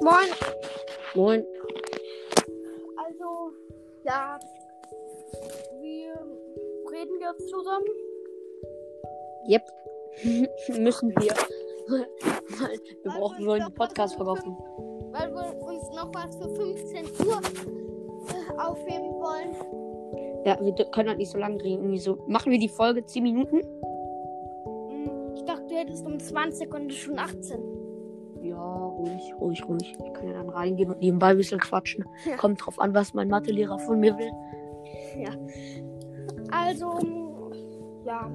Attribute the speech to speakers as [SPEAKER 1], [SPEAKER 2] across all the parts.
[SPEAKER 1] Moin.
[SPEAKER 2] Moin.
[SPEAKER 1] Also, ja, wir reden jetzt zusammen.
[SPEAKER 2] Yep. Müssen wir. Weil wir brauchen wir wollen die Podcast-Folge aufnehmen.
[SPEAKER 1] Weil wir uns noch was für 15 Uhr äh, aufheben wollen.
[SPEAKER 2] Ja, wir dür- können halt nicht so lange reden. Irgendwie so. Machen wir die Folge 10 Minuten?
[SPEAKER 1] Hm, Ich dachte, du hättest um 20 und es ist schon 18.
[SPEAKER 2] Ja, ruhig, ruhig, ruhig. Wir können ja dann reingehen und nebenbei ein bisschen quatschen.
[SPEAKER 1] Ja.
[SPEAKER 2] Kommt drauf an, was mein Mathelehrer von mir will.
[SPEAKER 1] Also, hm, ja.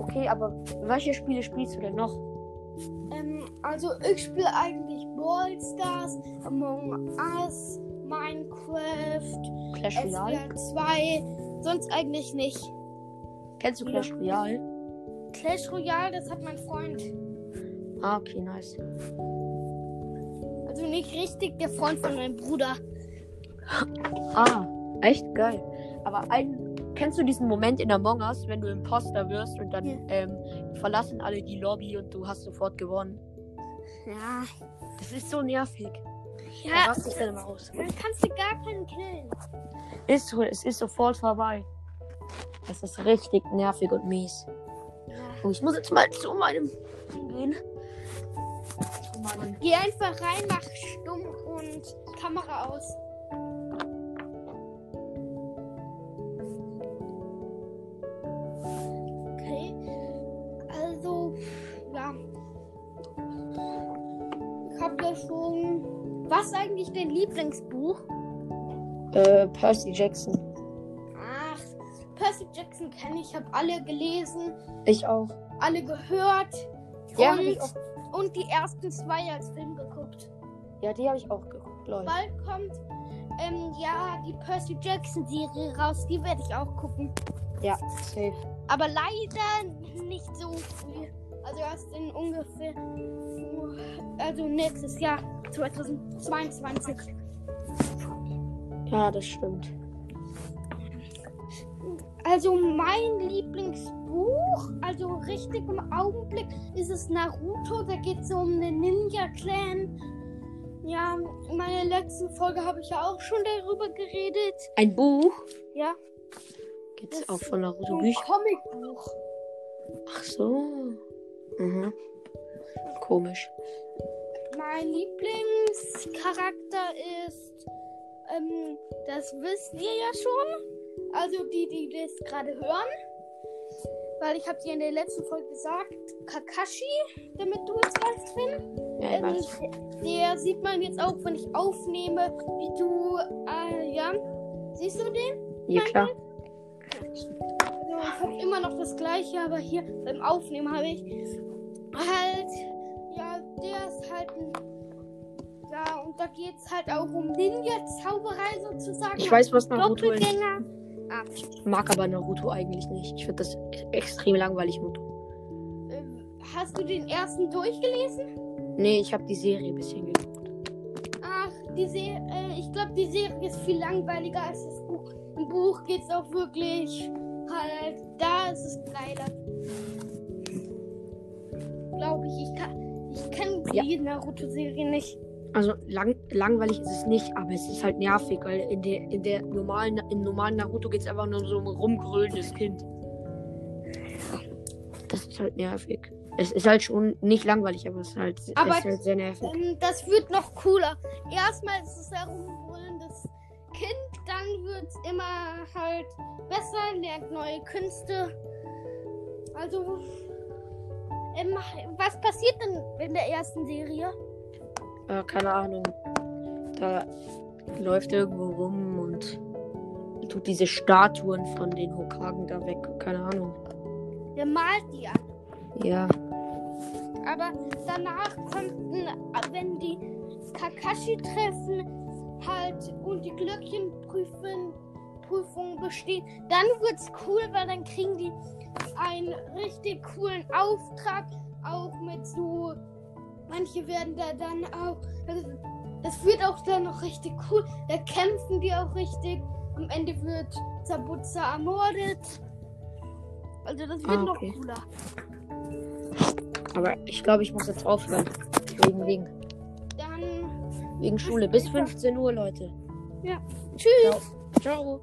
[SPEAKER 2] Okay, aber welche Spiele spielst du denn noch?
[SPEAKER 1] Ähm, also, ich spiele eigentlich Brawl Stars, Among Us, Minecraft,
[SPEAKER 2] Clash Royale?
[SPEAKER 1] SWR 2, sonst eigentlich nicht.
[SPEAKER 2] Kennst du Clash Royale?
[SPEAKER 1] Clash Royale, das hat mein Freund.
[SPEAKER 2] Ah, okay, nice.
[SPEAKER 1] Also nicht richtig der Freund von meinem Bruder.
[SPEAKER 2] Ah, echt geil. Aber ein, kennst du diesen Moment in Among Us, wenn du Imposter wirst und dann
[SPEAKER 1] Ja.
[SPEAKER 2] ähm, verlassen alle die Lobby und du hast sofort gewonnen?
[SPEAKER 1] Ja.
[SPEAKER 2] Das ist so nervig. Da
[SPEAKER 1] Ja,
[SPEAKER 2] rast ich dann immer aus.
[SPEAKER 1] dann kannst du gar keinen killen.
[SPEAKER 2] Ist so, es ist sofort vorbei. Das ist richtig nervig und mies. Oh, ich muss jetzt mal zu meinem gehen. Zu meinem-
[SPEAKER 1] Geh einfach rein, mach stumm und Kamera aus. Okay. Also, ja. Ich hab ja schon. Was ist eigentlich dein Lieblingsbuch?
[SPEAKER 2] Äh, Percy Jackson.
[SPEAKER 1] Ach, Percy Jackson kenne ich, habe alle gelesen.
[SPEAKER 2] Ich auch.
[SPEAKER 1] alle gehört
[SPEAKER 2] Ja, hab ich auch.
[SPEAKER 1] und, und die ersten zwei als Film geguckt.
[SPEAKER 2] Ja, die habe ich auch geguckt, Leute.
[SPEAKER 1] Bald kommt ähm, ja die Percy Jackson Serie raus, die werde ich auch gucken.
[SPEAKER 2] Ja, safe.
[SPEAKER 1] Aber leider nicht so viel. Also erst in ungefähr, also nächstes Jahr 2022.
[SPEAKER 2] Ja, das stimmt.
[SPEAKER 1] Also mein Lieblingsbuch, also richtig im Augenblick, ist es Naruto. Da geht es um den Ninja Clan. Ja, in meiner letzten Folge habe ich ja auch schon darüber geredet.
[SPEAKER 2] Ein Buch?
[SPEAKER 1] Ja,
[SPEAKER 2] Gibt's
[SPEAKER 1] Das
[SPEAKER 2] auch von Naruto
[SPEAKER 1] so ein
[SPEAKER 2] Bücher?
[SPEAKER 1] Comicbuch.
[SPEAKER 2] Ach so. Mhm. Komisch.
[SPEAKER 1] Mein Lieblingscharakter ist, ähm, das wisst ihr ja schon. Also die, die das gerade hören. Weil ich habe dir in der letzten Folge gesagt, Kakashi, damit du es weißt, Finn.
[SPEAKER 2] Ja, ich
[SPEAKER 1] Ähm,
[SPEAKER 2] weiß.
[SPEAKER 1] der sieht man jetzt auch, wenn ich aufnehme, wie du, äh, ja. Siehst du den?
[SPEAKER 2] Ja, klar.
[SPEAKER 1] Ja, ich habe immer noch das gleiche, aber hier beim Aufnehmen habe ich halt, ja, der ist halt ein. Ja, und da geht es halt auch um Ninja-Zauberei sozusagen.
[SPEAKER 2] Ich weiß, was Naruto ist.
[SPEAKER 1] Doppelgänger.
[SPEAKER 2] Ich mag aber Naruto eigentlich nicht. Ich finde das extrem langweilig.
[SPEAKER 1] Ähm, hast du den ersten durchgelesen?
[SPEAKER 2] Nee, ich habe die Serie ein bisschen geguckt.
[SPEAKER 1] Ach, die Se äh, ich glaube, die Serie ist viel langweiliger als das Buch. Im Buch geht es auch wirklich halt, da ist es geiler. Glaube ich, ich kann, ich kenn
[SPEAKER 2] Ja.
[SPEAKER 1] die Naruto-Serie nicht.
[SPEAKER 2] Also lang, langweilig ist es nicht, aber es ist halt nervig, weil in der, in der normalen, in normalen Naruto geht es einfach nur um so ein rumgrölendes Kind. Das ist halt nervig. Es ist halt schon nicht langweilig, aber es ist halt,
[SPEAKER 1] Aber-
[SPEAKER 2] es ist halt sehr nervig.
[SPEAKER 1] Ähm, das wird noch cooler. Erstmal ist es herumbrüllendes Kind, dann wird es immer halt besser, lernt neue Künste. Also, ähm, was passiert denn in der ersten Serie?
[SPEAKER 2] Äh, keine Ahnung. Da läuft er irgendwo rum und tut diese Statuen von den Hokagen da weg. Keine Ahnung.
[SPEAKER 1] Der malt die an.
[SPEAKER 2] Ja.
[SPEAKER 1] Aber danach konnten, wenn die Kakashi treffen, halt und die Glöckchenprüfung Prüfung besteht, dann wird's cool, weil dann kriegen die einen richtig coolen Auftrag, auch mit so manche werden da dann auch das, das wird auch dann noch richtig cool, da kämpfen die auch richtig. Am Ende wird Sabutza ermordet. Also das wird
[SPEAKER 2] Ah, okay.
[SPEAKER 1] noch cooler.
[SPEAKER 2] Aber ich glaube, ich muss jetzt aufhören. Wegen Ding.
[SPEAKER 1] Dann
[SPEAKER 2] Wegen Schule. Bis 15 Uhr, Leute.
[SPEAKER 1] Tschüss.
[SPEAKER 2] Ciao.